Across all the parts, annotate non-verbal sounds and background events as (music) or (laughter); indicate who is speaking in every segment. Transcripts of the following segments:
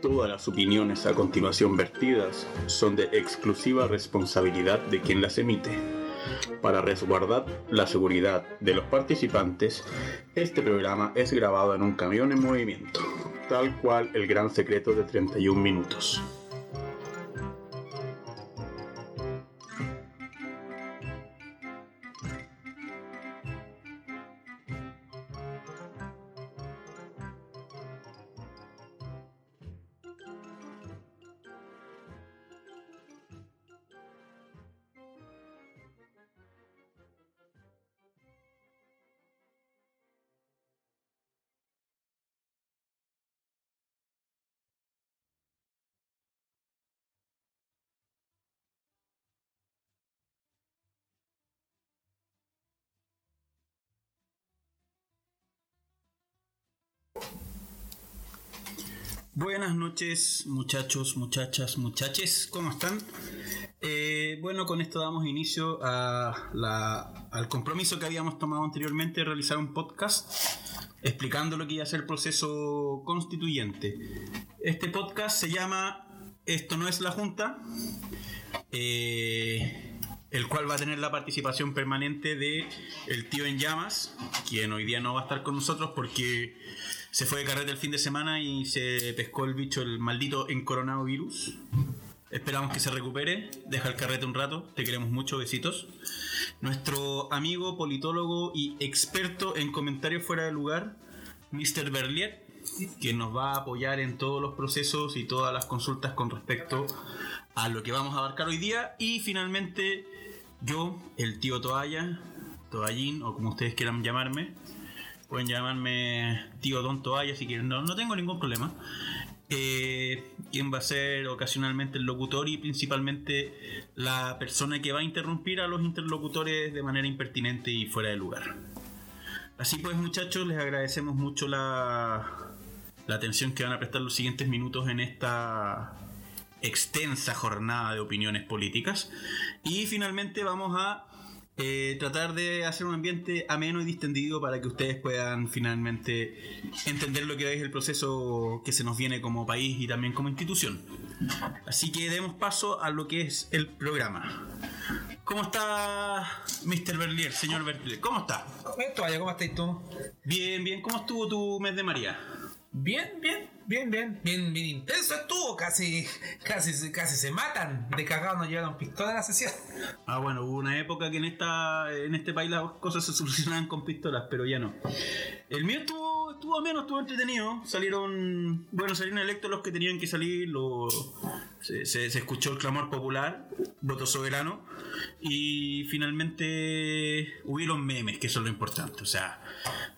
Speaker 1: Todas las opiniones a continuación vertidas son de exclusiva responsabilidad de quien las emite. Para resguardar la seguridad de los participantes, este programa es grabado en un camión en movimiento, tal cual el gran secreto de 31 minutos.
Speaker 2: Buenas noches, muchachos, muchachas, muchaches, ¿cómo están? Eh, bueno, con esto damos inicio a la- al compromiso que habíamos tomado anteriormente de realizar un podcast explicando lo que iba a ser el proceso constituyente. Este podcast se llama Esto no es la Junta, eh, el cual va a tener la participación permanente de el tío en llamas, quien hoy día no va a estar con nosotros porque se fue de carrete el fin de semana y se pescó el bicho, el maldito encoronado virus. Esperamos que se recupere, deja el carrete un rato, te queremos mucho, besitos. Nuestro amigo, politólogo y experto en comentarios fuera de lugar, Mr. Berliet, que nos va a apoyar en todos los procesos y todas las consultas con respecto a lo que vamos a abarcar hoy día. Y finalmente, yo, el tío Toalla, Toallín, o como ustedes quieran llamarme, pueden llamarme tío Don Toalla si quieren, no, no tengo ningún problema. Eh, quien va a ser ocasionalmente el locutor y principalmente la persona que va a interrumpir a los interlocutores de manera impertinente y fuera de lugar. Así pues, muchachos, les agradecemos mucho la, la atención que van a prestar los siguientes minutos en esta extensa jornada de opiniones políticas. Y finalmente vamos a eh, tratar de hacer un ambiente ameno y distendido para que ustedes puedan finalmente entender lo que es el proceso que se nos viene como país y también como institución. Así que demos paso a lo que es el programa. ¿Cómo está Mr. Berlier, señor Berlier? ¿Cómo está?
Speaker 3: Eh, Toalla, ¿cómo estáis tú?
Speaker 2: Bien, bien. ¿Cómo estuvo tu mes de María?
Speaker 3: Bien, bien, bien, bien, bien, bien intenso estuvo, casi, casi, se- casi se matan, de cagado nos llevaron pistola a la sesión.
Speaker 2: Ah, bueno, hubo una época que en esta en este país las cosas se (laughs) solucionaban con pistolas, pero ya no. El mío estuvo estuvo ameno, estuvo entretenido. Salieron, bueno, salieron electos los que tenían que salir, lo- se, se- se escuchó el clamor popular, voto soberano, y finalmente hubieron memes, que eso es lo importante. O sea,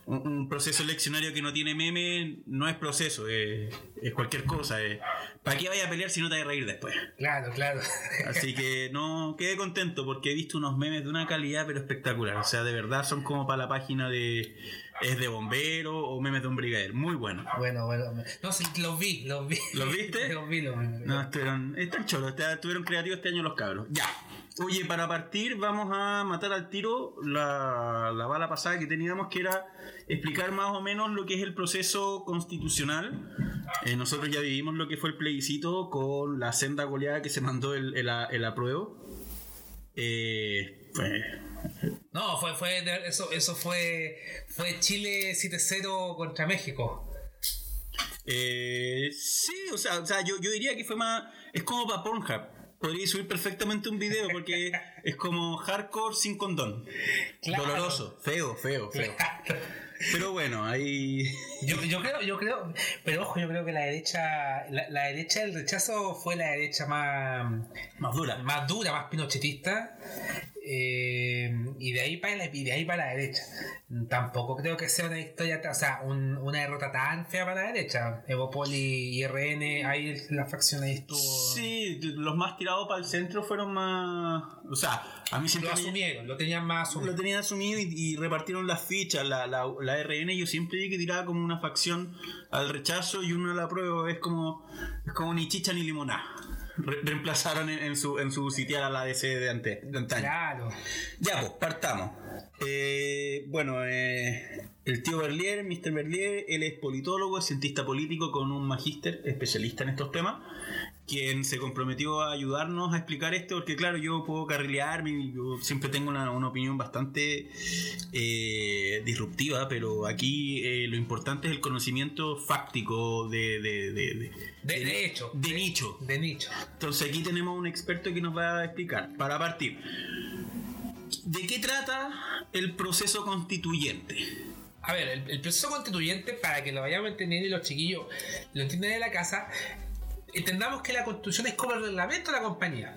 Speaker 2: un, un proceso eleccionario que no tiene meme no es proceso, es, es cualquier cosa. es, ¿Para qué vaya a pelear si no te vas a reír después?
Speaker 3: Claro, claro. (laughs)
Speaker 2: Así que no quedé contento porque he visto unos memes de una calidad pero espectacular. O sea, de verdad son como para la página de es de bombero o memes de un brigadier. Muy bueno.
Speaker 3: Bueno, bueno, me- no sé, los vi, los vi.
Speaker 2: ¿Los
Speaker 3: (laughs)
Speaker 2: viste?
Speaker 3: Los vi, los vi.
Speaker 2: No, estuvieron, están choros, está- estuvieron creativos este año los cabros. Ya. Oye, para partir vamos a matar al tiro la, la bala pasada que teníamos, que era explicar más o menos lo que es el proceso constitucional. Eh, nosotros ya vivimos lo que fue el plebiscito con la senda goleada que se mandó el, el, a- el apruebo. Eh, pues,
Speaker 3: No, fue, fue, de- eso, eso fue, fue Chile 7-0 contra México.
Speaker 2: Eh, sí, o sea, o sea yo, yo diría que fue más. Es como para Pornhub. Podría subir perfectamente un video porque es como hardcore sin condón.
Speaker 3: Claro.
Speaker 2: Doloroso, feo, feo, feo. Pero bueno, ahí.
Speaker 3: (laughs) Yo, yo creo, yo creo, pero ojo, yo creo que la derecha, la, la derecha del rechazo fue la derecha más,
Speaker 2: Más dura.
Speaker 3: más dura, más pinochetista. eh, y de ahí para la, y de ahí para la derecha. Tampoco creo que sea una victoria, o sea, un- una derrota tan fea para la derecha. Evopoli y RN, ahí la facción ahí estuvo.
Speaker 2: Sí, los más tirados para el centro fueron más. O sea, a mí
Speaker 3: lo
Speaker 2: siempre. me-
Speaker 3: asumieron, lo tenían más
Speaker 2: lo
Speaker 3: asumido.
Speaker 2: tenían asumido y, y repartieron las fichas, la, la, la RN yo siempre vi que tiraba como una facción al rechazo y uno a la prueba es como es como ni chicha ni limonada.
Speaker 4: re- reemplazaron en, en su, en su sitial a la DC de, ante, de antaño.
Speaker 3: Claro.
Speaker 4: Ya, pues, partamos. Eh, bueno, eh, el tío Berlier, Mr. Berlier, él es politólogo, es cientista político con un magíster especialista en estos temas, quien se comprometió a ayudarnos a explicar esto, porque claro, yo puedo carrilearme, y yo siempre tengo una, una opinión bastante eh, disruptiva, pero aquí eh, lo importante es el conocimiento fáctico de, de, de- de-
Speaker 3: De, de hecho.
Speaker 4: de nicho.
Speaker 3: De nicho.
Speaker 4: Entonces aquí tenemos un experto que nos va a explicar, para partir, ¿de qué trata el proceso constituyente?
Speaker 3: A ver, el, el proceso constituyente, para que lo vayamos entendiendo y los chiquillos lo entiendan de la casa, entendamos que la constitución es como el reglamento de la compañía.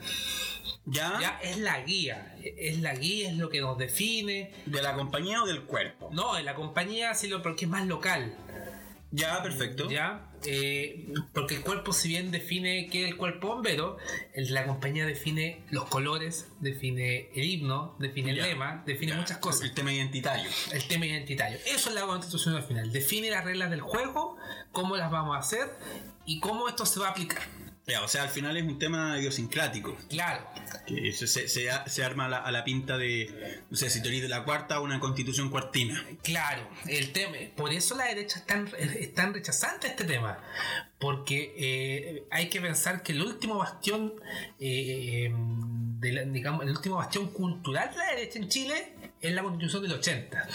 Speaker 4: ¿Ya?
Speaker 3: Ya es la guía. Es la guía, es lo que nos define.
Speaker 4: ¿De la compañía o del cuerpo?
Speaker 3: No, en la compañía sí lo porque es más local.
Speaker 4: Ya, Ah, perfecto.
Speaker 3: ¿Ya? Eh, porque el cuerpo, si bien define qué es el cuerpo bombero, el- la compañía define los colores, define el himno, define
Speaker 4: Ya.
Speaker 3: el lema, define
Speaker 4: Ya,
Speaker 3: muchas cosas.
Speaker 4: El tema identitario.
Speaker 3: El tema identitario. Eso es la constitución al final. Define las reglas del juego, cómo las vamos a hacer y cómo esto se va a aplicar.
Speaker 4: Ya, o sea, al final es un tema idiosincrático.
Speaker 3: Claro.
Speaker 4: Que se, se- se a- se arma a la, a la pinta de, no sé, si tú eres de la cuarta, una constitución cuartina.
Speaker 3: Claro, el tema. Por eso la derecha es tan, es tan rechazante a este tema. Porque eh, hay que pensar que el último bastión, eh, de la- digamos, el último bastión cultural de la derecha en Chile es la constitución del 80.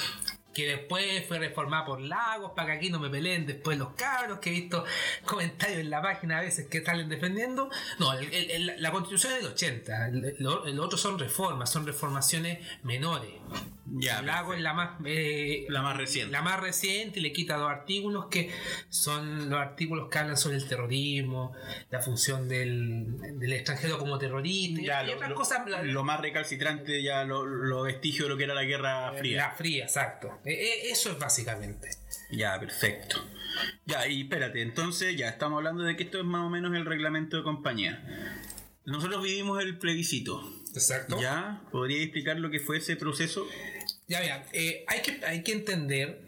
Speaker 3: Que después fue reformada por Lagos, para que aquí no me peleen después los cabros, que he visto comentarios en la página a veces que salen defendiendo. No, el- el- el- la constitución es del 80, lo, lo otro son reformas, son reformaciones menores.
Speaker 4: Ya,
Speaker 3: Lagos es la más... eh,
Speaker 4: la más reciente.
Speaker 3: la más reciente y le quita dos artículos que son los artículos que hablan sobre el terrorismo, la función del, del extranjero como terrorista y-
Speaker 4: Ya,
Speaker 3: y
Speaker 4: lo,
Speaker 3: otras
Speaker 4: lo-
Speaker 3: cosas. la-
Speaker 4: lo más recalcitrante, ya lo, lo vestigio de lo que era la Guerra Fría.
Speaker 3: La fría, exacto. E- e- eso es básicamente.
Speaker 4: Ya, perfecto. Ya, y espérate, entonces ya estamos hablando de que esto es más o menos el reglamento de compañía. Nosotros vivimos el plebiscito.
Speaker 3: Exacto. Ya,
Speaker 4: ¿Ya? ¿Podría explicar lo que fue ese proceso?
Speaker 3: mira, eh, hay, que, hay que entender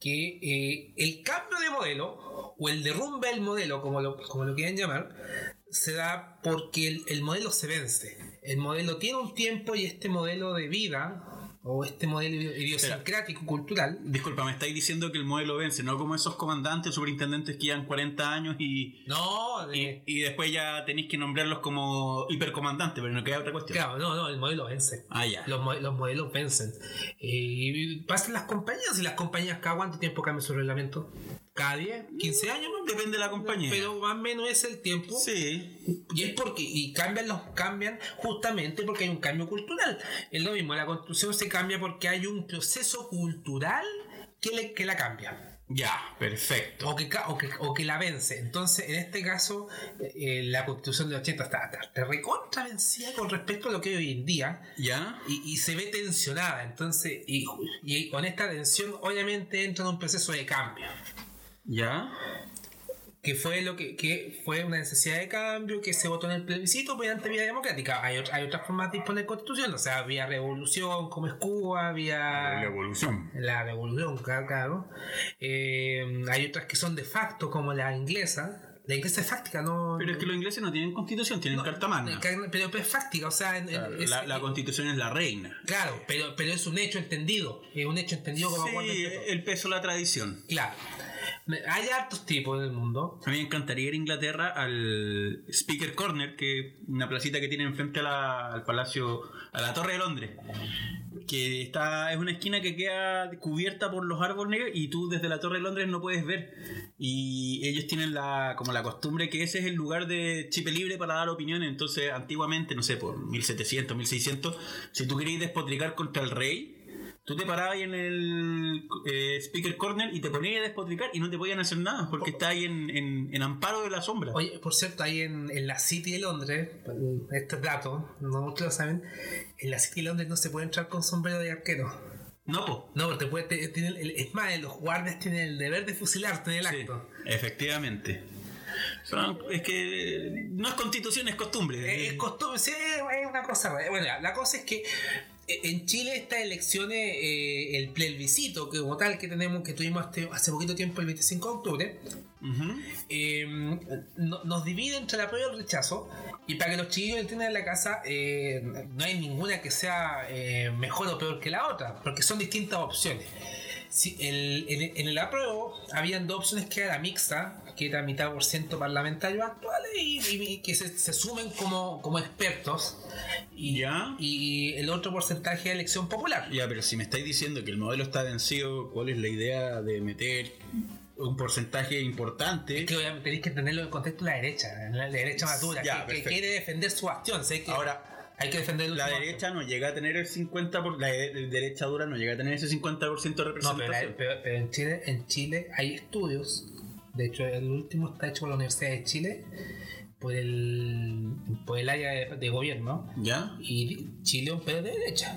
Speaker 3: que eh, el cambio de modelo o el derrumbe del modelo, como lo, como lo quieran llamar, se da porque el, el modelo se vence. El modelo tiene un tiempo y este modelo de vida o este modelo idiosincrático cultural
Speaker 4: Disculpa, me estáis diciendo que el modelo vence, no como esos comandantes, superintendentes que llevan 40 años y,
Speaker 3: No,
Speaker 4: y,
Speaker 3: de-
Speaker 4: y después ya tenéis que nombrarlos como hipercomandantes, pero no queda otra cuestión.
Speaker 3: claro, no, no, el modelo vence.
Speaker 4: Ah, ya.
Speaker 3: Los, mo- los modelos vencen. Eh, y pasan las compañías y las compañías cada cuánto tiempo cambian su reglamento. Cada 10, 15 años, más o menos.
Speaker 4: Mm, Depende de la compañía.
Speaker 3: pero más o menos es el tiempo.
Speaker 4: Sí,
Speaker 3: Y es porque, y cambian los, cambian justamente porque hay un cambio cultural. Es lo mismo, la constitución se cambia porque hay un proceso cultural que, le- que la cambia.
Speaker 4: ya, perfecto.
Speaker 3: o que, ca- o, que, o que la vence. Entonces, en este caso, eh, la constitución del 80 está, está, está recontra vencida con respecto a lo que es hoy en día
Speaker 4: ¿Ya?
Speaker 3: y, y se ve tensionada. Entonces, y, y con esta tensión, obviamente, entra en un proceso de cambio.
Speaker 4: ¿Ya?
Speaker 3: Que fue lo que, que fue una necesidad de cambio que se votó en el plebiscito mediante vía democrática. Hay, ot- hay otras formas de disponer constitución, o sea, vía revolución, como es Cuba,
Speaker 2: La
Speaker 3: vía.
Speaker 2: evolución.
Speaker 3: La revolución, ca- claro. Eh, hay otras que son de facto, como la inglesa. La inglesa es fáctica, ¿no?
Speaker 4: Pero es que los ingleses no tienen constitución, tienen
Speaker 3: no,
Speaker 4: carta magna.
Speaker 3: ca- Pero es fáctica, o sea, en- en-
Speaker 4: Claro,
Speaker 3: es-
Speaker 4: la, la
Speaker 3: eh,
Speaker 4: constitución es la reina.
Speaker 3: claro, pero, pero es un hecho entendido. Es un hecho entendido como acuerdo
Speaker 4: Sí,
Speaker 3: entre todos.
Speaker 4: el peso de la tradición.
Speaker 3: Claro. Me- Hay hartos tipos en el mundo.
Speaker 4: A mí me encantaría ir a Inglaterra al Speaker Corner, que es una placita que tiene enfrente a la- al Palacio, a la Torre de Londres. Que está, es una esquina que queda cubierta por los árboles y tú desde la Torre de Londres no puedes ver. Y ellos tienen la, como la costumbre que ese es el lugar de chipe libre para dar opiniones. Entonces, antiguamente, no sé, por 1700, 1600, si tú querías despotricar contra el rey, Tú te parabas ahí en el eh, speaker corner y te ponías a despotricar y no te podían hacer nada porque está ahí en, en- en amparo de la sombra.
Speaker 3: Oye, por cierto, ahí en, en la City de Londres, mm, estos datos, no muchos lo saben, en la City de Londres no se puede entrar con sombrero de arquero.
Speaker 4: No, po.
Speaker 3: No, porque te puede, te- tienen el- es más, los guardias tienen el deber de fusilarte en el
Speaker 4: Sí,
Speaker 3: acto.
Speaker 4: efectivamente. Son- es que eh, no es constitución, es costumbre.
Speaker 3: Es, es costumbre, sí, es una cosa rara. Bueno, la cosa es que eh, en Chile estas elecciones, eh, el plebiscito que como tal que tenemos, que tuvimos hace, hace poquito tiempo, el 25 de octubre,
Speaker 4: Ujú.
Speaker 3: eh, no- nos divide entre el apoyo y el rechazo. Y para que los chiquillos entiendan en la casa, eh, no hay ninguna que sea eh, mejor o peor que la otra, porque son distintas opciones. Si el- en, en el apruebo habían dos opciones que era la mixta, que era mitad por ciento parlamentarios actuales y, y- y que se, se sumen como, como expertos, y,
Speaker 4: Ya.
Speaker 3: y el otro porcentaje de elección popular.
Speaker 4: Ya, pero si me estáis diciendo que el modelo está vencido, ¿cuál es la idea de meter un porcentaje importante?
Speaker 3: Es que obviamente tenéis que entenderlo en el contexto de la derecha, en la, la derecha madura,
Speaker 4: Ya,
Speaker 3: que, que
Speaker 4: perfecto.
Speaker 3: quiere defender su acción. ¿sabes? Que
Speaker 4: Ahora,
Speaker 3: hay que defender el
Speaker 4: la
Speaker 3: último
Speaker 4: derecha no llega a tener el 50%, por, la de- derecha dura no llega a tener ese 50% de
Speaker 3: acción. No, pero, la-
Speaker 4: representación.
Speaker 3: pero- pero en, Chile, en Chile hay estudios, de hecho el último está hecho por la Universidad de Chile, por el, por el área de, de gobierno,
Speaker 4: ¿Ya?
Speaker 3: y Chile es un país de derecha.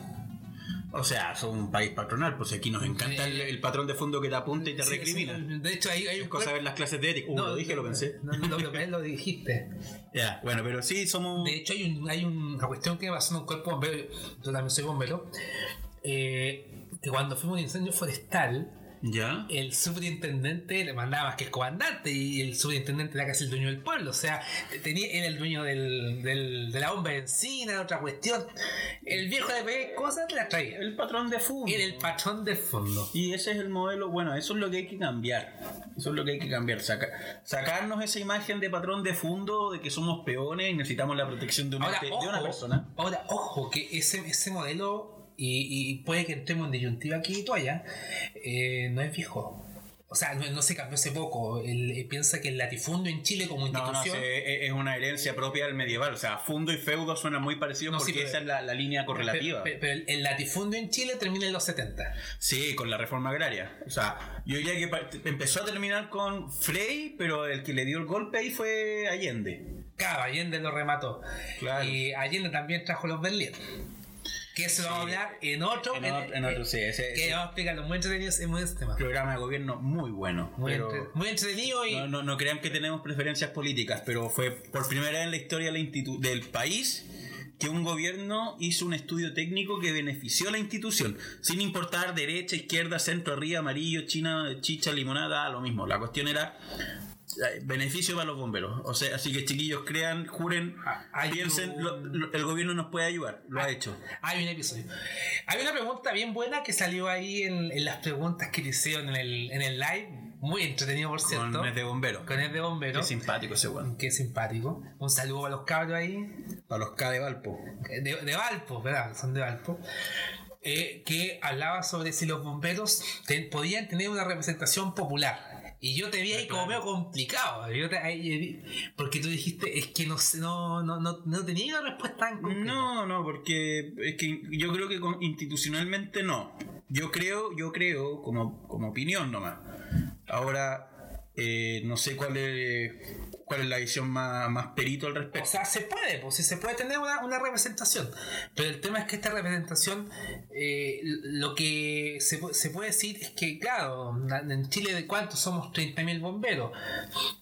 Speaker 4: O sea, son un país patronal, pues aquí nos encanta el, el patrón de fondo que te apunta y te
Speaker 3: Sí,
Speaker 4: recrimina.
Speaker 3: sí, de hecho hay, hay
Speaker 4: es
Speaker 3: un
Speaker 4: cosa de ver las clases de ética. Uh,
Speaker 3: No,
Speaker 4: lo dije, lo pensé.
Speaker 3: No, no, lo, lo dijiste.
Speaker 4: Ya, bueno, pero sí somos.
Speaker 3: De hecho, hay, un- hay una cuestión que pasó en un cuerpo bombero. Yo también soy bombero. eh, que cuando fuimos a un incendio forestal,
Speaker 4: Ya.
Speaker 3: el subintendente le mandaba más que el comandante. Y el subintendente era casi el dueño del pueblo. O sea, tenía, era el dueño del, del- de la bomba de encina, otra cuestión. El viejo le pedía cosas, las traía.
Speaker 4: El patrón de fondo.
Speaker 3: Era el patrón de fondo.
Speaker 4: Y ese es el modelo, bueno, eso es lo que hay que cambiar. Eso es lo que hay que cambiar. saca- sacarnos esa imagen de patrón de fondo de que somos peones y necesitamos la protección de, un
Speaker 3: Ahora,
Speaker 4: ente- de
Speaker 3: ojo,
Speaker 4: una persona.
Speaker 3: Ahora, ojo, que ese, ese modelo, y, y puede que entremos en disyuntiva aquí y tú allá, eh, no es viejo. O sea, no, no se cambió hace poco. Él, eh, piensa que el latifundio en Chile como
Speaker 4: No, no,
Speaker 3: institución.
Speaker 4: se- es es una herencia propia del medieval. O sea, fondo y feudo suenan muy parecidos
Speaker 3: No, sí,
Speaker 4: porque
Speaker 3: pero-
Speaker 4: esa es la, la línea correlativa.
Speaker 3: Pero, pero- pero el, el latifundio en Chile termina en los 70.
Speaker 4: Sí, con la reforma agraria. O sea, yo diría que pa- empezó a terminar con Frey, pero el que le dio el golpe ahí fue Allende.
Speaker 3: Claro, Allende lo remató.
Speaker 4: Claro.
Speaker 3: Y Allende también trajo los Berlín. Que eso lo vamos a hablar en otro.
Speaker 4: En otro- en otro, sí, ese-
Speaker 3: eh, Que
Speaker 4: ese-
Speaker 3: vamos a explicarlo muy entretenido ese- muy este tema.
Speaker 4: Programa de gobierno muy bueno.
Speaker 3: Muy,
Speaker 4: pero-
Speaker 3: entre- muy entretenido y.
Speaker 4: No, no, no crean que tenemos preferencias políticas, pero fue por primera vez en la historia de la institu- del país que un gobierno hizo un estudio técnico que benefició a la institución, sin importar derecha, izquierda, centro, arriba, amarillo, china, chicha, limonada, lo mismo. La cuestión era eh, beneficio para los bomberos. O sea, así que chiquillos, crean, juren,
Speaker 3: hay
Speaker 4: piensen,
Speaker 3: un-
Speaker 4: lo- lo- el gobierno nos puede ayudar, lo ha hecho.
Speaker 3: Hay un episodio. Hay una pregunta bien buena que salió ahí en, en las preguntas que te hicieron en el, en el live. Muy entretenido, por
Speaker 4: Con
Speaker 3: cierto.
Speaker 4: mes de bomberos.
Speaker 3: Con el de bombero.
Speaker 4: Qué simpático ese weón.
Speaker 3: Qué simpático. Un saludo a los cabros ahí.
Speaker 4: Para los K de Valpo.
Speaker 3: eh, De, de Valpo, ¿verdad? Son de Valpo. Eh, que hablaba sobre si los bomberos te- podían tener una representación popular. Y yo te vi ahí como medio complicado. Yo te- ahí- eh, porque tú dijiste, es que no, sé, no, no, no, no tenía una respuesta tan concreta.
Speaker 4: No, no, porque es que yo creo que con- institucionalmente no. Yo creo, yo creo, como, como opinión nomás. Ahora, eh, no sé cuál es, cuál es la visión más, más perito al
Speaker 3: O
Speaker 4: respecto.
Speaker 3: sea, se puede, pues sí, se puede tener una, una representación. Pero el tema es que esta representación, eh, lo que se, pu- se puede decir es que, claro, na- en Chile de cuántos somos 30.000 bomberos.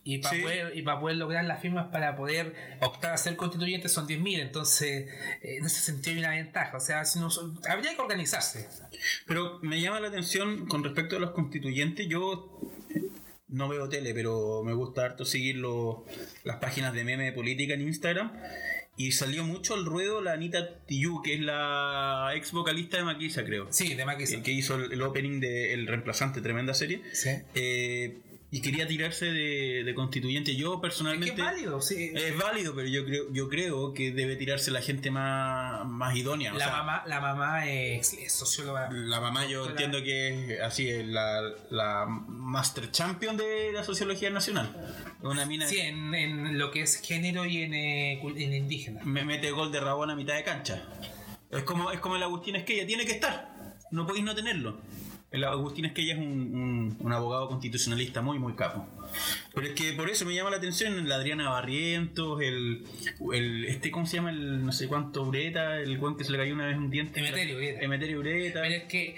Speaker 3: Y para,
Speaker 4: Sí.
Speaker 3: poder, y para poder lograr las firmas para poder optar a ser constituyente son 10.000. Entonces, eh, en ese sentido hay una ventaja. O sea, si no son- habría que organizarse.
Speaker 4: Pero me llama la atención con respecto a los constituyentes. Yo no veo tele, pero me gusta harto seguir los- las páginas de meme de política en Instagram. Y salió mucho al ruedo la Anita Tijoux, que es la ex vocalista de Maquisa, creo.
Speaker 3: Sí, tema que
Speaker 4: el que hizo el, el opening de El Reemplazante, tremenda serie.
Speaker 3: Sí.
Speaker 4: Eh, y quería tirarse de, de constituyente. Yo
Speaker 3: Es que
Speaker 4: personalmente.
Speaker 3: es válido, sí.
Speaker 4: es válido, pero yo creo, yo creo que debe tirarse la gente más, más idónea. o
Speaker 3: la,
Speaker 4: sea,
Speaker 3: mamá, la mamá es, es socióloga.
Speaker 4: la mamá yo
Speaker 3: Doctora.
Speaker 4: entiendo que es así, es la, la Master Champion de la Sociología Nacional. Una mina
Speaker 3: Sí, en, en lo que es género y en, eh, cul- en indígena.
Speaker 4: me mete gol de Rabón a mitad de cancha. Es como, es como el Agustín Esquella, tiene que estar. No podéis no tenerlo. El Agustín Esquella es un, un- un abogado constitucionalista muy, muy capo. Pero es que por eso me llama la atención la Adriana Barrientos, el, el este, ¿cómo se llama? El no sé cuánto Ureta, el guan que se le cayó una vez un diente.
Speaker 3: Emeterio Ureta.
Speaker 4: Emeterio Ureta.
Speaker 3: Pero es que,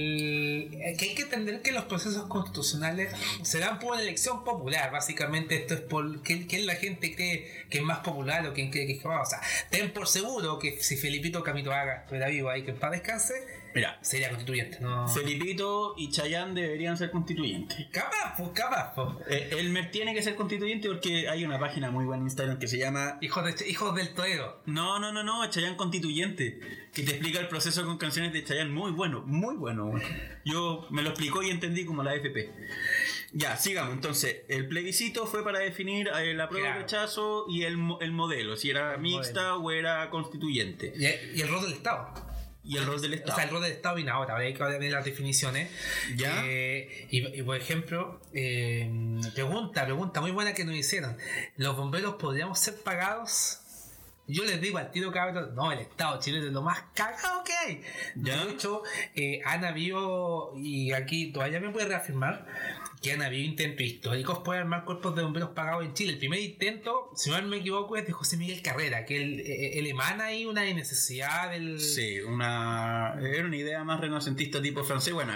Speaker 3: el, eh, que hay que entender que los procesos constitucionales se dan por elección popular. Básicamente, esto es por quién, quién la gente cree que es más popular o quién cree que es más. O sea, ten por seguro que si Felipito Camitoaga estuviera vivo ahí que para descanse,
Speaker 4: Mira,
Speaker 3: sería constituyente. No.
Speaker 4: Felipito y Chayán deberían ser constituyentes.
Speaker 3: Capaz, pues, capaz, pues.
Speaker 4: Eh, Elmer tiene que ser constituyente porque hay una página muy buena en Instagram que se llama
Speaker 3: Hijos, de, hijos del Toledo.
Speaker 4: No, no, no, no, Chayán Constituyente, que te explica el proceso con canciones de Chayán. Muy bueno, muy bueno. güey. Yo me lo explicó y entendí como la FP. Ya, sigamos. Entonces, el plebiscito fue para definir eh, la prueba
Speaker 3: Claro.
Speaker 4: de rechazo y el, mo- el modelo, si era mixta o era constituyente.
Speaker 3: Y, y el rol del Estado.
Speaker 4: Y el rol del
Speaker 3: O sea, el
Speaker 4: Estado.
Speaker 3: rol del Estado viene ahora, ahora hay que ver las definiciones.
Speaker 4: ¿Ya?
Speaker 3: Eh, y, y, por ejemplo, eh, pregunta, pregunta muy buena que nos hicieron. ¿Los bomberos podríamos ser pagados? Yo les digo al tiro cabrón, no, el Estado chileno es lo más cagado que hay.
Speaker 4: ¿Ya?
Speaker 3: De hecho, eh, han habido, y aquí todavía me puede reafirmar, que han habido intentos históricos por armar cuerpos de bomberos pagados en Chile. El primer intento, si no me equivoco, es de José Miguel Carrera, que él, eh, él emana ahí una necesidad del...
Speaker 4: Sí, una, era una idea más renacentista tipo francés. Bueno,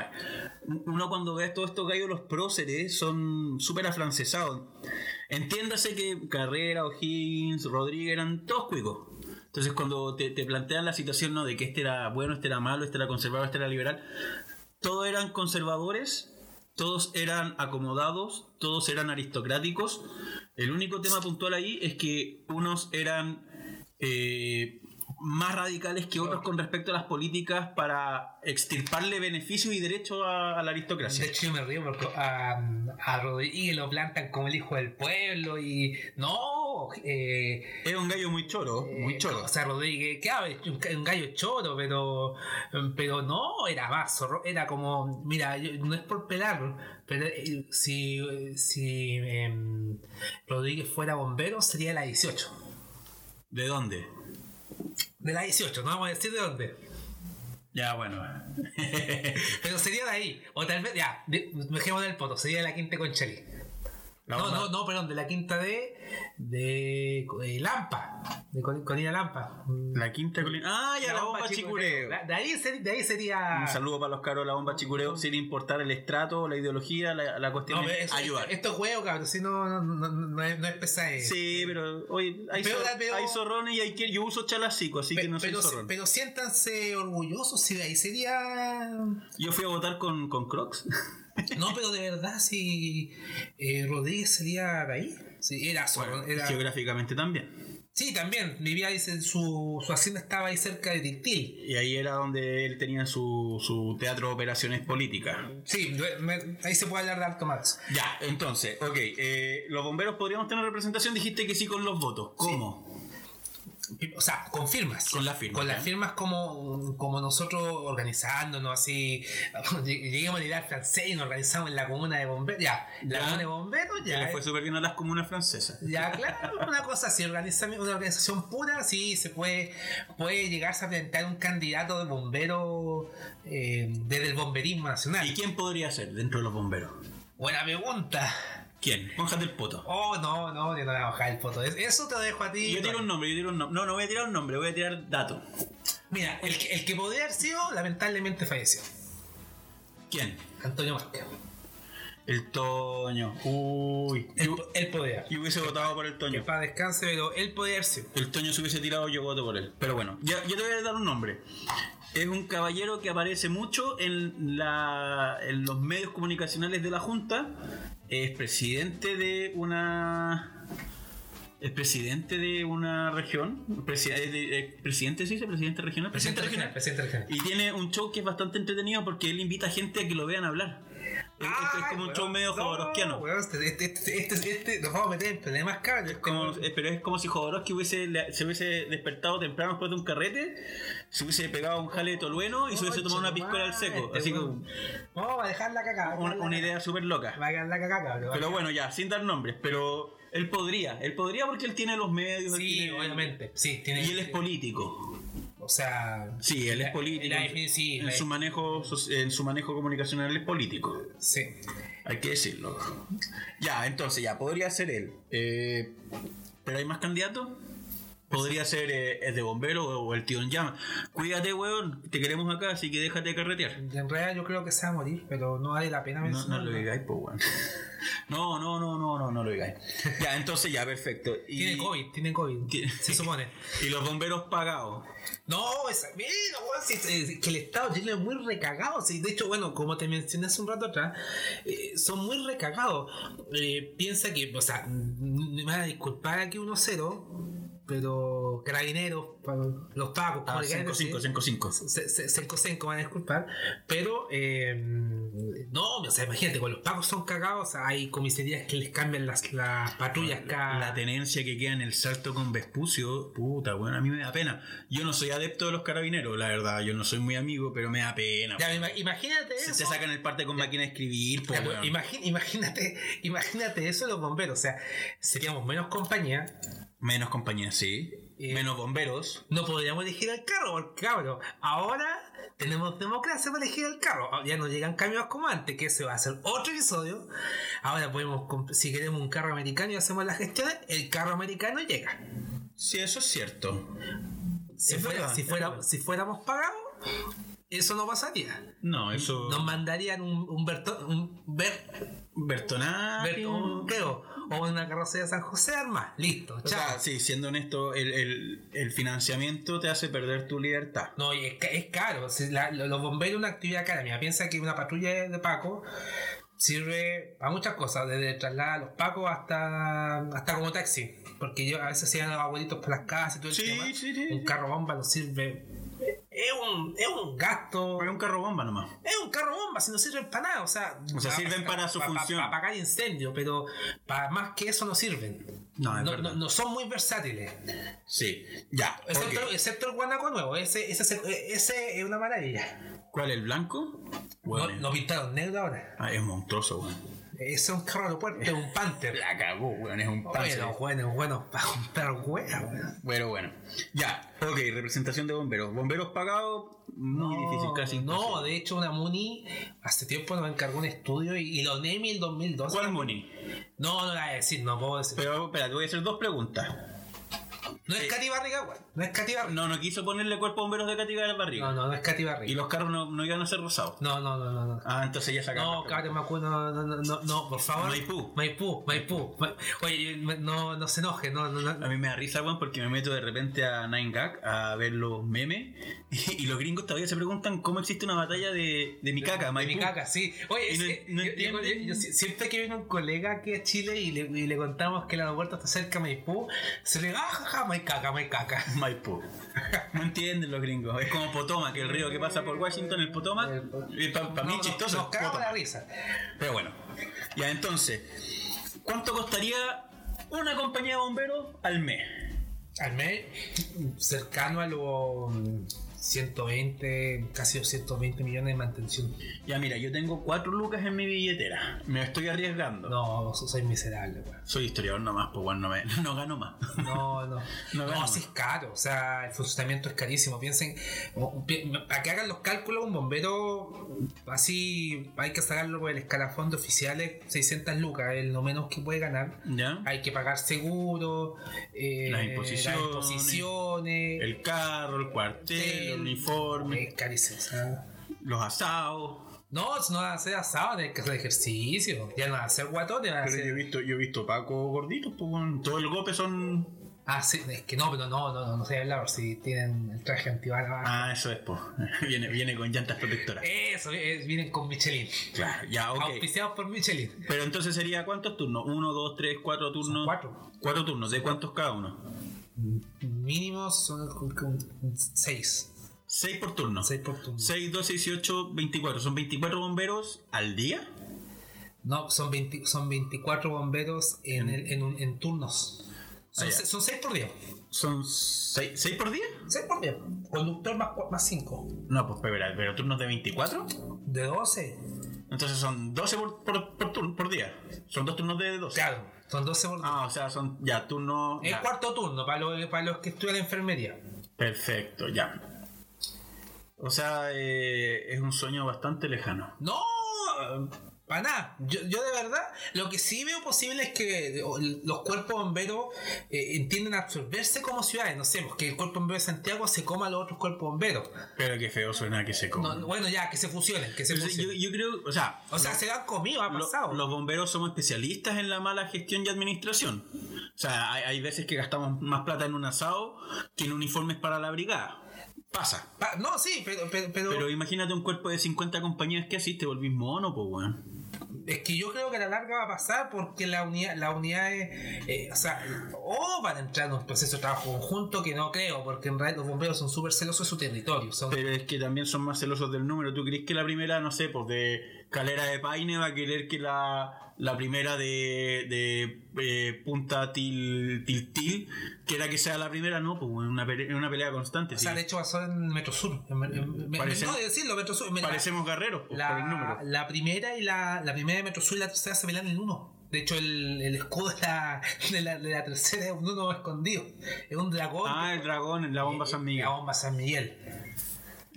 Speaker 4: uno cuando ve todo esto gallos, los próceres son súper afrancesados. Entiéndase que Carrera, O'Higgins, Rodríguez eran todos cuicos. Entonces cuando te, te plantean la situación ¿no? de que este era bueno, este era malo, este era conservador, este era liberal, todos eran conservadores, todos eran acomodados, todos eran aristocráticos. El único tema puntual ahí es que unos eran eh, más radicales que otros con respecto a las políticas para extirparle beneficios y derechos a, a la
Speaker 3: De
Speaker 4: aristocracia.
Speaker 3: hecho, yo me río porque a, a Rodríguez lo plantan como el hijo del pueblo y. ¡No! eh,
Speaker 4: Era un gallo muy choro, muy
Speaker 3: eh,
Speaker 4: choro.
Speaker 3: O sea, Rodríguez, claro, es un, un gallo choro, pero. Pero no, era más. zorro- Era como. Mira, yo- no es por pelar, pero eh, si, si em, Rodríguez fuera bombero sería la 18.
Speaker 4: ¿De dónde?
Speaker 3: De la 18, no vamos a decir de dónde.
Speaker 4: Ya, bueno.
Speaker 3: Pero sería de ahí. O tal vez, ya, de- dejemos del poto, sería de la quinta con Cheli.
Speaker 4: La
Speaker 3: no,
Speaker 4: bomba-
Speaker 3: no, no, perdón, de la quinta de. de. eh, Lampa. De Col- Colina Lampa.
Speaker 4: La quinta colina. Ah, ya, la, bomba, chicureo.
Speaker 3: De, de ahí, ser- de ahí sería.
Speaker 4: Un saludo para los caros de la bomba chicureo, sin importar el estrato, la ideología, la, la cuestión
Speaker 3: No, pero
Speaker 4: es
Speaker 3: eso-
Speaker 4: ayudar.
Speaker 3: Esto es huevo, cabrón. Si no, no, no, no, no es, no es pesadez.
Speaker 4: Sí, pero oye, hay,
Speaker 3: Pero
Speaker 4: zor-
Speaker 3: la veo-
Speaker 4: hay zorrones y hay que. Yo uso chalacico, así
Speaker 3: Pe-
Speaker 4: que no soy
Speaker 3: pero,
Speaker 4: zorrón.
Speaker 3: pero siéntanse orgullosos si de ahí sería.
Speaker 4: Yo fui a votar con, con Crocs. (laughs)
Speaker 3: No, pero de verdad, si eh, Rodríguez sería de ahí. Sí, era, zorro, era-
Speaker 4: Geográficamente también.
Speaker 3: sí, también vivía ahí, se- su, su hacienda estaba ahí cerca de Tictil.
Speaker 4: Y ahí era donde él tenía su, su teatro de operaciones políticas.
Speaker 3: Sí, me- me- ahí se puede hablar de alto más.
Speaker 4: Ya, entonces, ok. eh, los bomberos podríamos tener representación, dijiste que sí con los votos. ¿Cómo?
Speaker 3: O sea, con firmas.
Speaker 4: Con las firmas,
Speaker 3: Con las
Speaker 4: ¿ya?
Speaker 3: firmas como, como nosotros organizándonos, así. (laughs) lleg- Llegamos a la al francés y nos organizamos en la comuna de bomberos. Ya, la
Speaker 4: Ya. eh.
Speaker 3: comuna de bomberos,
Speaker 4: Que
Speaker 3: ya.
Speaker 4: le fue súper bien a las comunas francesas.
Speaker 3: Ya, claro, (laughs) una cosa así, organiza- una organización pura, sí, se puede, puede llegarse a plantear un candidato de bombero eh, desde el bomberismo nacional.
Speaker 4: ¿Y quién podría ser dentro de los bomberos?
Speaker 3: Buena pregunta.
Speaker 4: ¿Quién? Póngate el poto.
Speaker 3: Oh, no, no, yo no voy a bajar el foto. Es- Eso te lo dejo a ti.
Speaker 4: Yo tiro un nombre, yo tiro un nombre. No, no voy a tirar un nombre, voy a tirar dato.
Speaker 3: Mira, el que, el que podría haber sido, lamentablemente falleció.
Speaker 4: ¿Quién?
Speaker 3: Antonio Vázquez.
Speaker 4: El Toño. Uy.
Speaker 3: Él, él podía.
Speaker 4: Yo hubiese votado por el
Speaker 3: Que
Speaker 4: Toño.
Speaker 3: para descanse, pero él podía haber sido.
Speaker 4: El Toño se hubiese tirado, yo voto por él. Pero bueno, ya, yo te voy a dar un nombre. Es un caballero que aparece mucho en, la, en los medios comunicacionales de la Junta. Es presidente de una. Es presidente de una región. Presi- es de- es presidente, sí, es presidente regional. Presidente regional.
Speaker 3: Presidente regional.
Speaker 4: Y tiene un show que es bastante entretenido porque él invita a gente a que lo vean hablar. Es- es, es
Speaker 3: Ay,
Speaker 4: como un
Speaker 3: weón,
Speaker 4: show medio
Speaker 3: no,
Speaker 4: jodorowskiano.
Speaker 3: weón, este, este, este, este, este- nos vamos a meter en problemas caros. este
Speaker 4: Como- eh, pero es como si Jodorowsky hubiese, le- se hubiese despertado temprano después de un carrete, se hubiese pegado un jale de tolueno y se hubiese tomado una piscola al seco. Así que un-
Speaker 3: Vamos a dejar la caca.
Speaker 4: una, una idea súper
Speaker 3: Va
Speaker 4: loca.
Speaker 3: a dejar la caca, cabrón.
Speaker 4: Pero bueno, ya, sin dar nombres, pero él podría. Él podría porque él tiene los medios. él
Speaker 3: Sí,
Speaker 4: tiene-
Speaker 3: obviamente. Sí, tiene.
Speaker 4: Y él es político.
Speaker 3: O sea.
Speaker 4: Sí, él es
Speaker 3: la-
Speaker 4: político.
Speaker 3: la defini- sí,
Speaker 4: en
Speaker 3: la-
Speaker 4: su manejo, soci- en su manejo comunicacional él es político.
Speaker 3: Sí.
Speaker 4: Hay que decirlo. Ya, entonces, ya, podría ser él. Eh, ¿Pero hay más candidatos? Podría ser eh, el de bombero o el tío en llama. Cuídate, weón, te queremos acá, así que déjate de carretear.
Speaker 3: En realidad yo creo que se va a morir, pero no vale la pena
Speaker 4: No, no
Speaker 3: mencionarlo.
Speaker 4: lo digáis, pues, weón. No, no, no, no, no, no lo digáis. Ya, entonces, ya, perfecto. Y,
Speaker 3: Tiene COVID, tiene COVID,
Speaker 4: ¿Qué?
Speaker 3: se supone.
Speaker 4: y los bomberos pagados.
Speaker 3: No, esa, mira, weón, si- eh, si- que el Estado chileno es muy recagado. si, de hecho, bueno, como te mencioné hace un rato atrás, eh, son muy recagados. Eh, piensa que, o sea, mm, me van a disculpar aquí 1-0, pero carabineros, para los pagos, como
Speaker 4: Ah,
Speaker 3: le quieran
Speaker 4: 5,
Speaker 3: decir.
Speaker 4: 5, 5, 5.
Speaker 3: Se- se- Senko Senko van a disculpar, pero eh, no, o sea, imagínate, con los pagos son cagados, hay comisarías que les cambian las, las patrullas cada.
Speaker 4: La tenencia que queda en el salto con Vespucio, puta, bueno, a mí me da pena. Yo no soy adepto de los carabineros, la verdad, yo no soy muy amigo, pero me da pena.
Speaker 3: Ya, ima- imagínate
Speaker 4: Se
Speaker 3: eso.
Speaker 4: te sacan el parte con máquina de escribir, po,
Speaker 3: Ya, pues,
Speaker 4: weón.
Speaker 3: imagi- imagínate, imagínate eso los bomberos, o sea, seríamos menos compañía,
Speaker 4: menos compañía, sí.
Speaker 3: Y-
Speaker 4: Menos bomberos.
Speaker 3: no podríamos elegir al carro, porque cabrón, ahora tenemos democracia para elegir al carro, ah, ya no llegan camiones como antes, que ese va a ser otro episodio, ahora podemos, comp- si queremos un carro americano y hacemos las gestiones, el carro americano llega.
Speaker 4: Sí, eso es cierto.
Speaker 3: Si,
Speaker 4: Es
Speaker 3: fuera-
Speaker 4: verdad,
Speaker 3: si,
Speaker 4: es
Speaker 3: fuera-
Speaker 4: verdad.
Speaker 3: si fuéramos pagados, eso no pasaría.
Speaker 4: No, eso.
Speaker 3: Nos mandarían un, un, Berto- un, Ber-
Speaker 4: Bertonati.
Speaker 3: Ber- un creo, o una carrocería San José Armas. Listo,
Speaker 4: O
Speaker 3: chao.
Speaker 4: sea, sí, siendo honesto, el, el- el financiamiento te hace perder tu libertad.
Speaker 3: No, y es, ca- es caro. Si la- lo- los bomberos es una actividad cara. Mira, piensa que una patrulla de Paco sirve para muchas cosas, desde trasladar a los Pacos hasta, hasta como taxi. Porque yo a veces se llevan a los abuelitos para las casas y todo el
Speaker 4: Sí,
Speaker 3: tema.
Speaker 4: sí, sí,
Speaker 3: Un
Speaker 4: sí.
Speaker 3: carro bomba no sirve. Es un, es un gasto.
Speaker 4: Paga un carro bomba nomás.
Speaker 3: Es un carro bomba, si no sirven para nada. O sea,
Speaker 4: O sea, sirven para su función.
Speaker 3: Para apagar incendio, pero para más que eso no sirven.
Speaker 4: No, es
Speaker 3: no,
Speaker 4: verdad.
Speaker 3: no son muy versátiles.
Speaker 4: Sí, ya. ok.
Speaker 3: Excepto, excepto el guanaco nuevo, ese, ese, se- ese es una maravilla.
Speaker 4: ¿Cuál? ¿El blanco?
Speaker 3: No,
Speaker 4: Bueno,
Speaker 3: no pintaron negro ahora.
Speaker 4: Ah, es monstruoso, weón.
Speaker 3: Ese es un carro aeropuerto, es un
Speaker 4: (laughs)
Speaker 3: panther.
Speaker 4: La cagó, weón, es un panzer.
Speaker 3: Bueno, bueno, bueno, para comprar hueá, weón.
Speaker 4: Bueno, bueno. Ya, ok, representación de bomberos. Bomberos pagados, muy difícil, casi
Speaker 3: No,
Speaker 4: imposible.
Speaker 3: de hecho, una Muni hace tiempo nos encargó un estudio y, y lo NEMI el 2012.
Speaker 4: ¿Cuál Muni?
Speaker 3: No, no la voy a decir, no puedo decir.
Speaker 4: Pero, eh, espera, te voy a hacer dos preguntas.
Speaker 3: no es Cati Barriga, weón. No es Cati Barriga.
Speaker 4: No, no quiso ponerle cuerpo a bomberos de Catiga de barriga.
Speaker 3: No, no, no es Katy
Speaker 4: Y
Speaker 3: Barriga.
Speaker 4: los carros no, no iban a ser rosados.
Speaker 3: No, no, no, no, no.
Speaker 4: Ah, entonces ya sacaron.
Speaker 3: No,
Speaker 4: las
Speaker 3: cabrón, Macu, no, no, no, no, no, por favor.
Speaker 4: Maipú.
Speaker 3: Maipú, Maipú. Ma- Oye, me- no, no se enoje, no, no,
Speaker 4: preguntas. A
Speaker 3: no.
Speaker 4: mí me da risa, weón, porque me meto de repente a 9gag a ver los memes (laughs) y, y los gringos todavía se preguntan cómo existe una batalla de, de mi caca,
Speaker 3: De mi caca, sí. Oye,
Speaker 4: Y no-
Speaker 3: sí,
Speaker 4: no
Speaker 3: yo- yo- yo-
Speaker 4: entienden.
Speaker 3: yo si- siempre que viene un colega aquí a Chile y le, y le contamos que el aeropuerto está cerca de Maipú, se le "Ah, jajaja, Maicaca, Maicaca.
Speaker 4: Maipú. No entienden los gringos. Es como Potomac, el río que pasa por Washington, el Potomac. Para mí es chistoso.
Speaker 3: Nos cagamos
Speaker 4: Potomac.
Speaker 3: la risa.
Speaker 4: Pero bueno. Ya entonces, ¿cuánto costaría una compañía de bomberos al mes?
Speaker 3: Al mes, cercano a los 120, casi 220 millones de mantención.
Speaker 4: Ya mira, yo tengo cuatro lucas en mi billetera. Me estoy arriesgando.
Speaker 3: No, soy miserable, weón.
Speaker 4: Soy historiador nomás, pues bueno, no, me- (laughs) no gano más.
Speaker 3: No, no.
Speaker 4: No,
Speaker 3: No,
Speaker 4: bueno.
Speaker 3: sí es caro. O sea, el funcionamiento es carísimo. Piensen, o- pi- para que hagan los cálculos, un bombero así hay que sacarlo por el escalafón de oficiales, 600 lucas, es lo menos que puede ganar.
Speaker 4: ¿Ya?
Speaker 3: Hay que pagar seguro, eh,
Speaker 4: Las imposiciones.
Speaker 3: las imposiciones,
Speaker 4: El carro, el cuartel, el uniforme,
Speaker 3: Es carísimo. o sea.
Speaker 4: los asados.
Speaker 3: No, no van a hacer asado, tienen que hacer ejercicio. Ya no van a hacer guatones, van a
Speaker 4: Pero yo he
Speaker 3: hacer.
Speaker 4: visto, yo he visto Paco gordito, pues bueno, todo el golpe son
Speaker 3: Ah, sí, es que no, pero no, no, no, no sé hablar si tienen el traje antibalas.
Speaker 4: Ah, eso es, po. (laughs) Viene, viene con llantas protectoras.
Speaker 3: Eso, eh, vienen con Michelin.
Speaker 4: Claro, ya, Ah, ok.
Speaker 3: Auspiciados por Michelin.
Speaker 4: Pero entonces sería cuántos turnos? Uno, dos, tres, cuatro turnos.
Speaker 3: Son cuatro.
Speaker 4: Cuatro turnos, ¿de cuántos cada uno?
Speaker 3: Mínimo son con- con seis.
Speaker 4: Seis por turno.
Speaker 3: Seis por turno.
Speaker 4: Seis, dos, seis y ocho, veinticuatro. ¿Son 24 bomberos al día?
Speaker 3: No, son, 20 son 24 bomberos en, el- en, un- en turnos. Son,
Speaker 4: Ah, ya.
Speaker 3: se- son seis por día.
Speaker 4: ¿Son seis, seis por día?
Speaker 3: Seis por día. Conductor más, cua- más cinco.
Speaker 4: No, pues pero, pero turnos de 24.
Speaker 3: De 12.
Speaker 4: Entonces son 12 por, por, por turno, por día. Son dos turnos de 12.
Speaker 3: Claro, Eh, son 12 por día.
Speaker 4: Ah, o sea, son ya turnos.
Speaker 3: El
Speaker 4: ya.
Speaker 3: cuarto turno para los, para los que estudian enfermería.
Speaker 4: Perfecto, ya. O sea, eh, es un sueño bastante lejano.
Speaker 3: No, Para nada. Yo, yo de verdad, lo que sí veo posible es que los cuerpos bomberos eh, entienden a absorberse como ciudades. No sé, pues, que el cuerpo bombero de Santiago se coma a los otros cuerpos bomberos.
Speaker 4: Pero qué feo suena que se coma.
Speaker 3: No, bueno, ya, que se fusionen, que se
Speaker 4: Entonces, yo,
Speaker 3: fusionen.
Speaker 4: yo creo, o sea,
Speaker 3: o sea, se lo han comido, ha
Speaker 4: lo-
Speaker 3: pasado.
Speaker 4: los bomberos somos especialistas en la mala gestión y administración. O sea, hay, hay veces que gastamos más plata en un asado que en uniformes para la brigada. Pasa.
Speaker 3: Pa- no, sí, pero, pero, pero-
Speaker 4: Pero imagínate un cuerpo de 50 compañías que así te volvís mono, pues, weón.
Speaker 3: es que yo creo que a la larga va a pasar porque la unidad, la unidad es, eh, o sea, o van a entrar en un proceso de trabajo conjunto que no creo, porque en realidad los bomberos son súper celosos de su territorio. Son,
Speaker 4: Pero es que también son más celosos del número. ¿Tú crees que la primera, no sé, pues de Calera de Paine va a querer que la, la primera de, de eh, Punta Til Til Til quiera que sea la primera? No, pues, weón, una pele- es una pelea constante.
Speaker 3: o sea,
Speaker 4: sí.
Speaker 3: de hecho pasó en Metro Sur. En, en- en-
Speaker 4: Parece-
Speaker 3: no, de decirlo, Metro Sur. mira,
Speaker 4: Parecemos guerreros pues, por el número.
Speaker 3: la, la primera y la, la primera de Metro Sur y la tercera se pelean en uno. De hecho, el, el escudo de la, de, la, de la tercera es un uno escondido. Es un dragón.
Speaker 4: Ah, el dragón, la bomba
Speaker 3: Eh,
Speaker 4: San
Speaker 3: La
Speaker 4: Miguel.
Speaker 3: bomba San Miguel.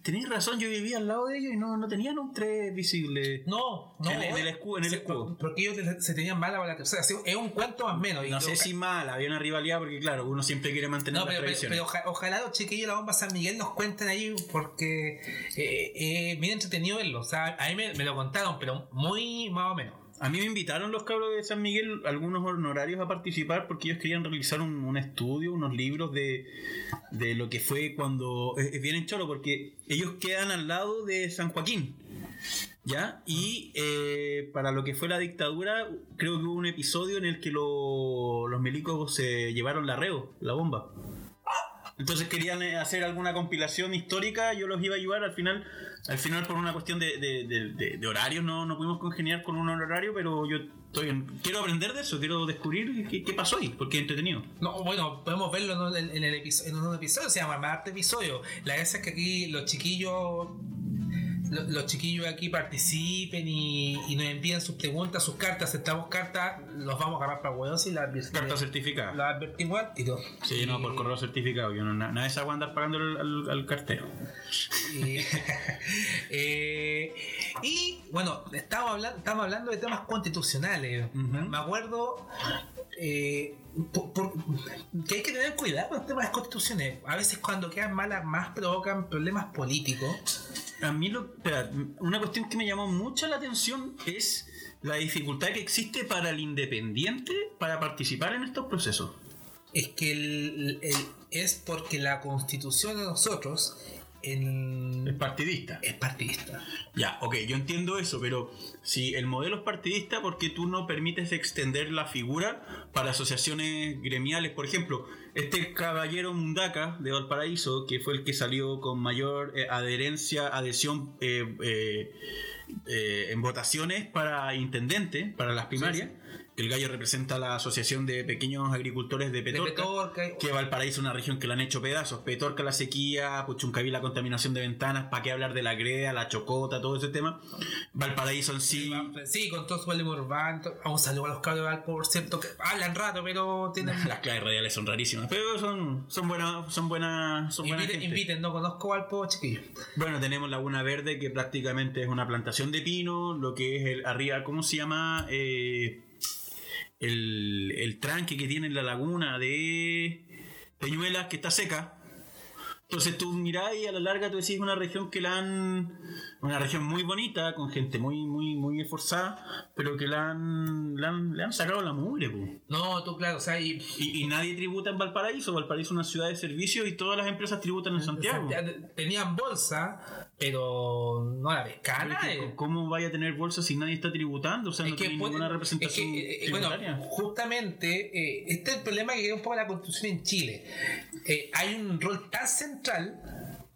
Speaker 4: Tenéis razón, yo vivía al lado de ellos y no, no tenían un 3 visible.
Speaker 3: No, no.
Speaker 4: En- en el escu- en el
Speaker 3: sí,
Speaker 4: escudo.
Speaker 3: por- Porque ellos te- se tenían mala con la tercera. sí, es un cuento más o menos. y
Speaker 4: No sé
Speaker 3: oja-
Speaker 4: si mal, había una rivalidad porque, claro, uno siempre quiere mantener
Speaker 3: No,
Speaker 4: las
Speaker 3: pero, pero-
Speaker 4: tradiciones.
Speaker 3: pero oja- ojalá los chiquillos de la bomba San Miguel nos cuenten ahí porque eh, eh, bien entretenido verlo. O sea, a mí me, me lo contaron, pero muy más o menos.
Speaker 4: A mí me invitaron los cabros de San Miguel, algunos honorarios, a participar porque ellos querían realizar un, un estudio, unos libros de, de lo que fue cuando. Es, es bien en choro porque ellos quedan al lado de San Joaquín. ¿Ya? Y eh, para lo que fue la dictadura, creo que hubo un episodio en el que lo- los milicos se llevaron la reo, la bomba. Entonces querían eh, hacer alguna compilación histórica, yo los iba a ayudar al final, al final por una cuestión de, de, de- de- de horarios no, no pudimos congeniar con un horario, pero yo estoy en- quiero aprender de eso, quiero descubrir qué, qué pasó ahí, porque es entretenido.
Speaker 3: No, bueno, podemos verlo en, un- en- en el episodio, en un episodio, se llama Marte Episodio. La verdad es que aquí los chiquillos. lo- Los chiquillos aquí participen y, y nos envían sus preguntas, sus cartas. Aceptamos cartas, los vamos a agarrar para huevos y las
Speaker 4: Carta
Speaker 3: advertimos.
Speaker 4: certificada.
Speaker 3: Las advertimos al tiro.
Speaker 4: Sí, no, por correo certificado, yo no, na- nada de esa andar pagando al, al- al cartero.
Speaker 3: Y,
Speaker 4: (laughs)
Speaker 3: eh, y, bueno, estamos hablando, estamos hablando de temas constitucionales.
Speaker 4: Ujú.
Speaker 3: Me acuerdo eh, por- por- que hay que tener cuidado con los temas de constituciones. A veces cuando quedan malas más provocan problemas políticos.
Speaker 4: A mí lo, espera, una cuestión que me llamó mucho la atención es la dificultad que existe para el independiente para participar en estos procesos.
Speaker 3: Es que el- el- es porque la constitución de nosotros en-
Speaker 4: Es partidista.
Speaker 3: es partidista.
Speaker 4: Ya, ok, yo entiendo eso, pero si el modelo es partidista, ¿por qué tú no permites extender la figura para asociaciones gremiales? Por ejemplo, este caballero Mundaca de Valparaíso, que fue el que salió con mayor eh, adherencia, adhesión eh, eh, eh, en votaciones para intendente, para las primarias, el gallo representa la Asociación de Pequeños Agricultores de
Speaker 3: De
Speaker 4: Petorca.
Speaker 3: Petorca,
Speaker 4: Que Valparaíso es una región que la han hecho pedazos. Petorca, la sequía, Puchuncaví, la contaminación de ventanas. ¿Para qué hablar de la greda, la chocota, todo ese tema? Valparaíso en sí.
Speaker 3: Sí, con todo su volumen urbano. a Un saludo a los cabros de Valpo, por cierto, que hablan rato, pero
Speaker 4: (laughs)
Speaker 3: tienen.
Speaker 4: Las claves radiales son rarísimas, pero son, son buenas. Son buenas son buena
Speaker 3: Inviten,
Speaker 4: gente.
Speaker 3: inviten, no conozco Valpo, chiquillos.
Speaker 4: Bueno, tenemos Laguna Verde, que prácticamente es una plantación de pino. Lo que es el arriba, ¿cómo se llama? Eh, el, el tranque que tiene en la laguna de Peñuelas, que está seca. Entonces tú mirás y a la larga tú decís una región que la han. Una región muy bonita, con gente muy, muy, muy esforzada, pero que la han, la han, le han sacado la mugre, po.
Speaker 3: No, tú, claro, o sea, y.
Speaker 4: Y, y nadie tributa en Valparaíso. Valparaíso es una ciudad de servicio y todas las empresas tributan en Santiago.
Speaker 3: Santiago- Tenían bolsa, pero no la pescaban.
Speaker 4: Pero es que,
Speaker 3: eh.
Speaker 4: ¿Cómo vaya a tener bolsa si nadie está tributando? O sea, no tiene
Speaker 3: puede- eh.
Speaker 4: ninguna
Speaker 3: es que,
Speaker 4: representación
Speaker 3: eh, eh, bueno,
Speaker 4: tributaria.
Speaker 3: justamente eh, este es el problema que tiene un poco la constitución en Chile. Eh, hay un rol tan central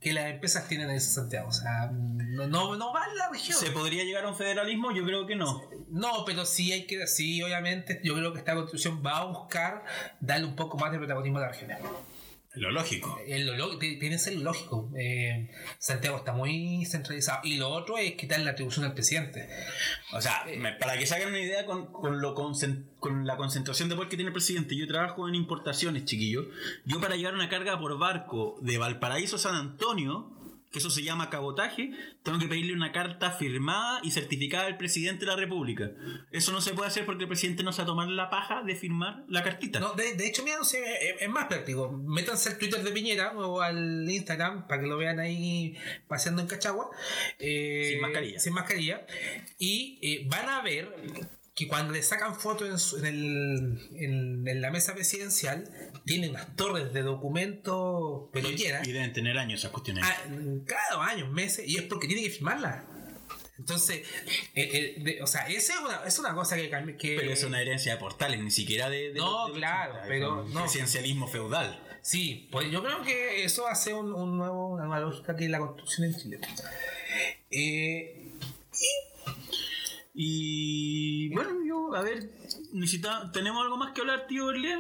Speaker 3: que las empresas tienen en Santiago. O sea, no, no, no va en la región.
Speaker 4: ¿Se podría llegar a un federalismo? Yo creo que no.
Speaker 3: No, pero sí hay que, sí, obviamente, yo creo que esta constitución va a buscar darle un poco más de protagonismo a la región.
Speaker 4: Lo lógico.
Speaker 3: Es lo lo- ti- tiene que ser lógico. Eh, Santiago está muy centralizado. Y lo otro es quitar la atribución al presidente.
Speaker 4: O sea,
Speaker 3: Eh,
Speaker 4: me- para que se hagan una idea con, con lo concen- con la concentración de poder que tiene el presidente, yo trabajo en importaciones, chiquillos. Yo para llevar una carga por barco de Valparaíso a San Antonio, que eso se llama cabotaje, tengo que pedirle una carta firmada y certificada al presidente de la República. Eso no se puede hacer porque el presidente no se va a tomar la paja de firmar la cartita.
Speaker 3: No, de, de hecho, mira, no sé, eh, es, es más práctico. Métanse al Twitter de Piñera o al Instagram para que lo vean ahí paseando en Cachagua. eh,
Speaker 4: Sin mascarilla.
Speaker 3: Sin mascarilla. Y eh, van a ver que cuando le sacan fotos en, su- en el- en- en la mesa presidencial, tiene unas torres de documentos, pero llenas.
Speaker 4: y deben tener años esas cuestiones.
Speaker 3: Ah, claro, años, meses, y es porque tiene que firmarla. Entonces, eh, eh, de- o sea, esa es una, es una cosa que, cambi- que-
Speaker 4: pero es una herencia de portales, ni siquiera de.
Speaker 3: eh,
Speaker 4: de-
Speaker 3: No,
Speaker 4: de- de-
Speaker 3: claro,
Speaker 4: de- de-
Speaker 3: pero
Speaker 4: de-
Speaker 3: no.
Speaker 4: Presidencialismo feudal.
Speaker 3: Sí, pues yo creo que eso hace un, un nuevo, una nueva lógica que es la construcción en Chile. Eh,
Speaker 4: Y. Bueno, yo, a ver. necesita- ¿Tenemos algo más que hablar, tío Berlier?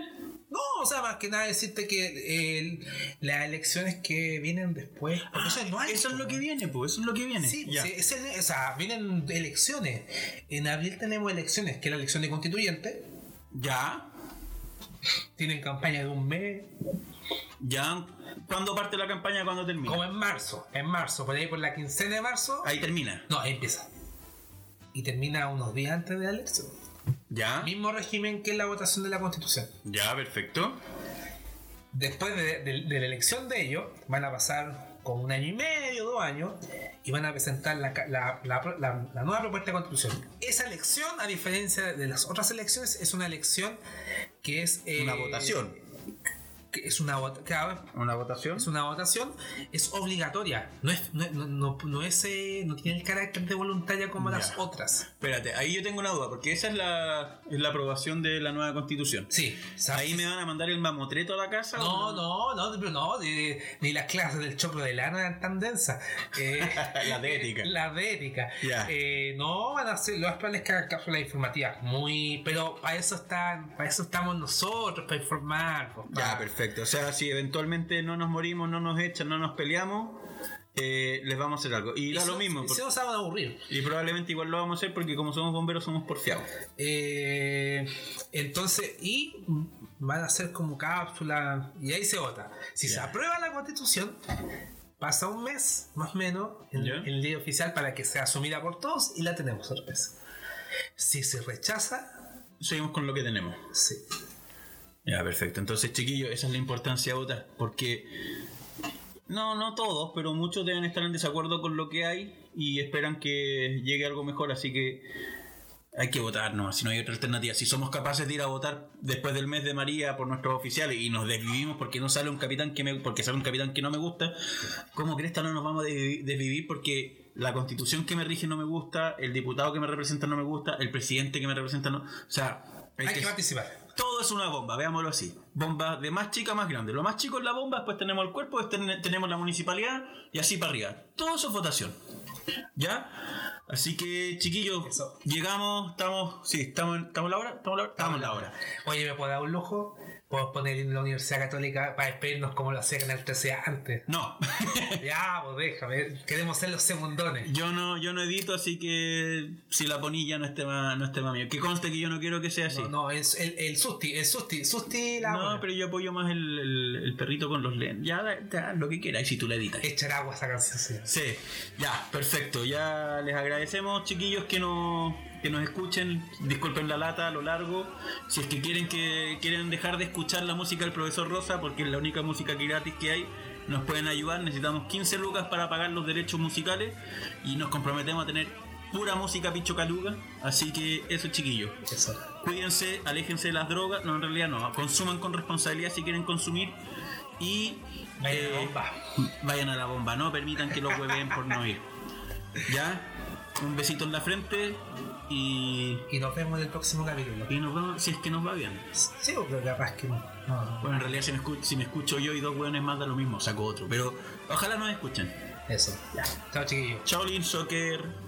Speaker 3: no, o sea, más que nada decirte que eh, el- las elecciones que vienen después, porque eso es anual,
Speaker 4: Ah, Eso es lo que viene, pues, eso es lo que viene.
Speaker 3: Sí,
Speaker 4: Ya.
Speaker 3: sí, es el- o sea, vienen elecciones. En abril tenemos elecciones, que es la elección de constituyente.
Speaker 4: Ya.
Speaker 3: Tienen campaña de un mes,
Speaker 4: Ya. ¿Cuándo parte la campaña? ¿Cuándo termina?
Speaker 3: como en marzo. En marzo, por ahí por la quincena de marzo.
Speaker 4: Ahí termina.
Speaker 3: No, ahí empieza. Y termina unos días antes de la elección.
Speaker 4: Ya.
Speaker 3: Mismo régimen que la votación de la constitución.
Speaker 4: Ya, perfecto.
Speaker 3: Después de, de- de la elección de ellos, van a pasar con un año y medio, dos años, y van a presentar la, ca- la- la- la- la nueva propuesta de constitución. Esa elección, a diferencia de las otras elecciones, es una elección que es... eh,
Speaker 4: Una votación.
Speaker 3: que es una vota- claro,
Speaker 4: ¿Una votación?
Speaker 3: es una votación, es obligatoria, no es, no, no- no- no es, eh, no tiene el carácter de voluntaria como
Speaker 4: Ya.
Speaker 3: las otras.
Speaker 4: Espérate, ahí yo tengo una duda, porque esa es la, es la aprobación de la nueva constitución.
Speaker 3: Sí, ¿sabes?
Speaker 4: ¿Ahí me van a mandar el mamotreto a la casa?
Speaker 3: No, no, no, pero no, ni, ni las clases del choclo de lana eran tan densas. Eh,
Speaker 4: (laughs) La de ética.
Speaker 3: La de ética.
Speaker 4: Ya.
Speaker 3: Eh, no van a ser, lo más probable es que hagan cápsulas informativas. Muy. Pero para eso están, para eso estamos nosotros, para informar. pues, para-
Speaker 4: Ya, perfecto. O sea, si eventualmente no nos morimos, no nos echan, no nos peleamos, eh, les vamos a hacer algo. Y da
Speaker 3: si
Speaker 4: lo
Speaker 3: no-
Speaker 4: mismo.
Speaker 3: Si
Speaker 4: por-
Speaker 3: no se van a aburrir.
Speaker 4: Y probablemente igual lo vamos a hacer porque como somos bomberos somos porfiados.
Speaker 3: Eh, entonces, y van a ser como cápsula y ahí se vota. Si
Speaker 4: Ya.
Speaker 3: se aprueba la constitución, pasa un mes más o menos en
Speaker 4: Ya.
Speaker 3: en el día oficial para que sea asumida por todos y la tenemos otra vez. Si se rechaza,
Speaker 4: Seguimos con lo que tenemos.
Speaker 3: sí.
Speaker 4: Ya, perfecto. Entonces, chiquillos, esa es la importancia de votar. Porque. No, no todos, pero muchos deben estar en desacuerdo con lo que hay y esperan que llegue algo mejor. Así que hay que votar, no, si no hay otra alternativa. Si somos capaces de ir a votar después del mes de María por nuestros oficiales y nos desvivimos porque no sale un capitán que me, porque sale un capitán que no me gusta, ¿cómo cresta no nos vamos a desvi- desvivir porque la constitución que me rige no me gusta, el diputado que me representa no me gusta, el presidente que me representa no. O sea,
Speaker 3: Hay, que, participar.
Speaker 4: todo es una bomba, veámoslo así. Bomba de más chica a más grande. Lo más chico es la bomba, después tenemos el cuerpo, después ten- tenemos la municipalidad y así para arriba. Todo eso es votación. ¿Ya? Así que, chiquillos,
Speaker 3: Eso.
Speaker 4: llegamos, estamos. Sí, estamos en, ¿estamos en la hora, estamos en la hora, estamos en la hora.
Speaker 3: Oye, ¿me puedo dar un lujo? ¿Puedo poner en la Universidad Católica para despedirnos como lo hacían en el TCA
Speaker 4: (laughs)
Speaker 3: antes?
Speaker 4: No,
Speaker 3: ya, pues déjame. Queremos ser los segundones.
Speaker 4: yo no, (laughs) yo no edito, así que si la ponilla no es tema, no es tema mío. Que conste que yo no quiero que sea así.
Speaker 3: No, no, el, el, el Susti, el Susti, Susti la
Speaker 4: No,
Speaker 3: buena.
Speaker 4: pero yo apoyo más el, el- el perrito con los lentes. Ya, da- da lo que quieras, y si tú la editas.
Speaker 3: echar agua a esa canción. señor.
Speaker 4: Sí, ya, perfecto. Ya les agradecemos, chiquillos, que nos, que nos escuchen. Disculpen la lata a lo largo. Si es que quieren, que quieren dejar de escuchar la música del profesor Rosa, porque es la única música que gratis que hay, nos pueden ayudar. Necesitamos 15 lucas para pagar los derechos musicales y nos comprometemos a tener pura música picho caluga. Así que eso, chiquillos.
Speaker 3: Eso.
Speaker 4: Cuídense, aléjense de las drogas. No, en realidad no. Consuman con responsabilidad si quieren consumir. Y.
Speaker 3: Vaya
Speaker 4: eh,
Speaker 3: bomba.
Speaker 4: Vayan a la bomba, no permitan que los hueveen por no ir. ¿Ya? Un besito en la frente y.
Speaker 3: Y nos vemos en el próximo capítulo.
Speaker 4: Y nos vamos, si es que nos va bien.
Speaker 3: Sí, pero capaz que no. No, no.
Speaker 4: Bueno, en realidad, si me, escu- si me escucho yo y dos hueones más da lo mismo, saco otro. Pero ojalá nos escuchen.
Speaker 3: Eso. Ya. Chao, chiquillos.
Speaker 4: Chao, Lin Soccer.